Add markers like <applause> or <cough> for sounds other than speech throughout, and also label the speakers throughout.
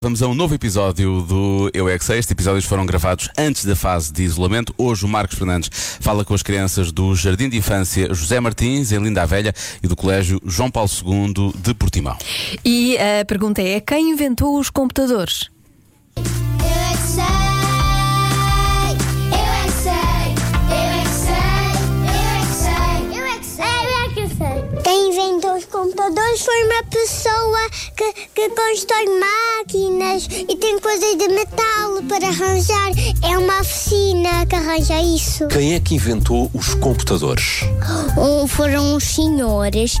Speaker 1: Voltamos a um novo episódio do Eu é que Sei. Estes episódios foram gravados antes da fase de isolamento. Hoje o Marcos Fernandes fala com as crianças do Jardim de Infância José Martins, em Linda a Velha, e do Colégio João Paulo II de Portimão.
Speaker 2: E a pergunta é: quem inventou os computadores?
Speaker 3: Eu é que sei, eu é que sei, eu é que sei, eu é que sei, eu é que sei, eu é que sei. Quem inventou os computadores foi uma pessoa que, que constrói máquinas e tem coisas de metal para arranjar. É uma oficina que arranja isso.
Speaker 4: Quem é que inventou os computadores?
Speaker 3: Um, foram os senhores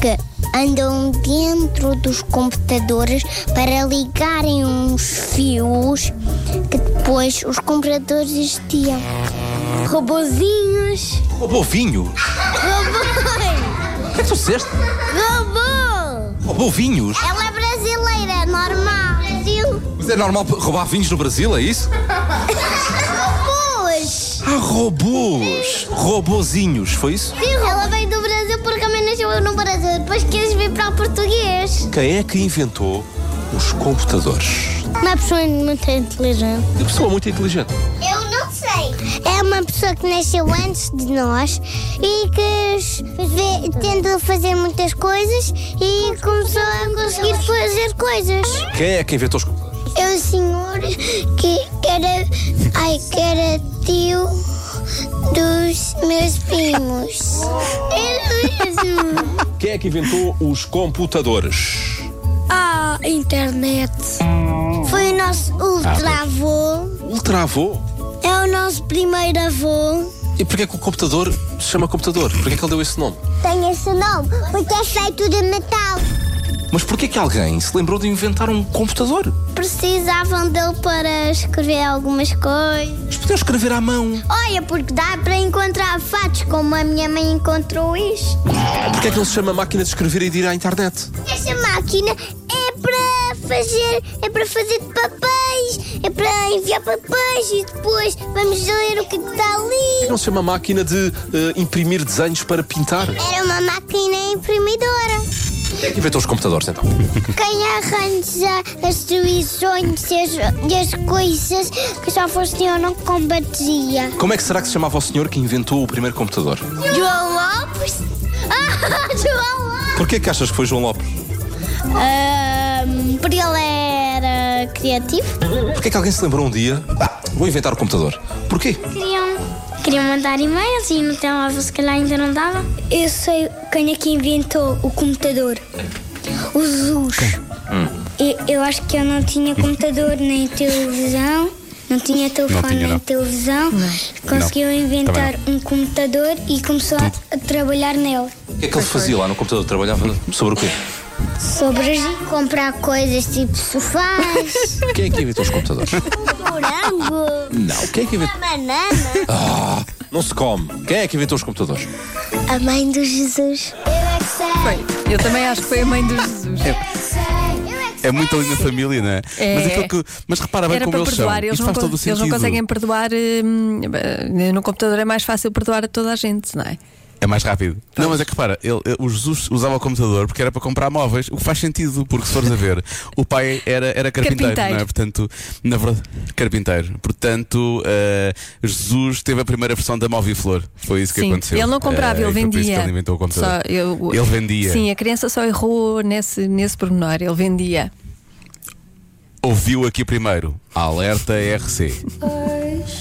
Speaker 3: que andam dentro dos computadores para ligarem uns fios que depois os computadores existiam. Robozinhos.
Speaker 4: Robovinhos?
Speaker 3: Robô!
Speaker 4: O que é que tu disseste?
Speaker 3: Robô!
Speaker 4: Robovinhos?
Speaker 3: Ela é brasileira, normal. Brasil.
Speaker 4: Mas é normal roubar vinhos no Brasil, é isso?
Speaker 3: Robôs!
Speaker 4: Ah, robôs! Robozinhos, foi isso?
Speaker 3: Ela veio do Brasil porque a mãe nasceu no Brasil. Depois quis vir para o português.
Speaker 4: Quem é que inventou os computadores?
Speaker 3: Uma é pessoa muito inteligente.
Speaker 4: Uma pessoa muito inteligente.
Speaker 3: Eu não sei. É uma pessoa que nasceu antes de nós e que vê- tentou fazer muitas coisas e começou a conseguir fazer coisas.
Speaker 4: Quem é que inventou os computadores?
Speaker 3: É o senhor que era, ai, que era tio dos meus primos. É mesmo.
Speaker 4: Quem é que inventou os computadores?
Speaker 3: <laughs> Ah, internet. Foi o nosso ultra-avô.
Speaker 4: Ultravô?
Speaker 3: É o nosso primeiro avô.
Speaker 4: E porquê que o computador se chama computador? Porquê que ele deu esse nome?
Speaker 3: Tem esse nome porque é feito de metal.
Speaker 4: Mas porquê que alguém se lembrou de inventar um computador?
Speaker 3: Precisavam dele para escrever algumas coisas.
Speaker 4: Mas podiam escrever à mão.
Speaker 3: Olha, porque dá para encontrar fatos como a minha mãe encontrou isto.
Speaker 4: Porquê é que ele se chama máquina de escrever e de ir à internet?
Speaker 3: Esta máquina é para fazer, é para fazer papéis, é para enviar papéis e depois vamos ler o que está ali.
Speaker 4: Não se chama máquina de eh, imprimir desenhos para pintar?
Speaker 3: Era uma máquina imprimidora.
Speaker 4: Quem é que inventou os computadores então?
Speaker 3: Quem arranja as televisões e as, e as coisas que só funcionam com bateria?
Speaker 4: Como é que será que se chamava o senhor que inventou o primeiro computador?
Speaker 3: João Lopes? <laughs> Ah, João Lopes!
Speaker 4: Porquê que achas que foi João Lopes?
Speaker 3: Ahm, porque ele era criativo.
Speaker 4: Porquê que alguém se lembrou um dia? Ah, vou inventar o computador. Porquê?
Speaker 3: Queriam, queriam mandar e-mails e no telemóvel se calhar ainda não dava. Eu sei quem é que inventou o computador. O Zeus. Eu, eu acho que eu não
Speaker 1: Hum.
Speaker 3: tinha computador nem televisão. Não tinha telefone
Speaker 1: tinha, não.
Speaker 3: nem televisão. Conseguiu
Speaker 1: Não,
Speaker 3: inventar
Speaker 1: também
Speaker 3: um computador e começou a, a trabalhar nele.
Speaker 4: O que é que ele fazia lá no computador? Trabalhava sobre o quê?
Speaker 3: Sobre comprar coisas tipo <laughs> sofás,
Speaker 4: Quem é que inventou os computadores?
Speaker 3: morango,
Speaker 4: Não, quem é que inventou?
Speaker 3: banana.
Speaker 4: Ah, não se come. Quem é que inventou os computadores?
Speaker 3: A mãe do Jesus. Eu é que sei. é
Speaker 2: Eu também acho que foi a mãe do Jesus.
Speaker 1: É muito ali na família, não é?
Speaker 2: Ah, É.
Speaker 1: Mas, aquilo que- mas repara bem
Speaker 2: Era
Speaker 1: como
Speaker 2: para
Speaker 1: eles
Speaker 2: perdoar,
Speaker 1: são.
Speaker 2: eles,
Speaker 1: Isto
Speaker 2: não,
Speaker 1: faz
Speaker 2: con-
Speaker 1: todo o
Speaker 2: eles
Speaker 1: sentido.
Speaker 2: não conseguem perdoar. hum, eh, no computador é mais fácil perdoar a toda a gente, não é?
Speaker 1: É mais rápido. Não, mas é que repara, ele, ele- o Jesus usava o computador porque era para comprar móveis, o que faz sentido, porque se fores a ver, o pai era, era carpinteiro,
Speaker 2: Carpinteiro.
Speaker 1: não é? Portanto, na verdade, carpinteiro. Portanto, eh, Jesus teve a primeira versão da Moviflor. Foi isso que
Speaker 2: Sim.
Speaker 1: aconteceu.
Speaker 2: Ele não comprava,
Speaker 1: Eh,
Speaker 2: ele
Speaker 1: e foi por isso que
Speaker 2: vendia.
Speaker 1: ele inventou o computador.
Speaker 2: Só eu-
Speaker 1: Ele vendia.
Speaker 2: Sim, a criança só errou nesse, nesse pormenor. Ele vendia.
Speaker 1: Ouviu aqui primeiro. Alerta RC.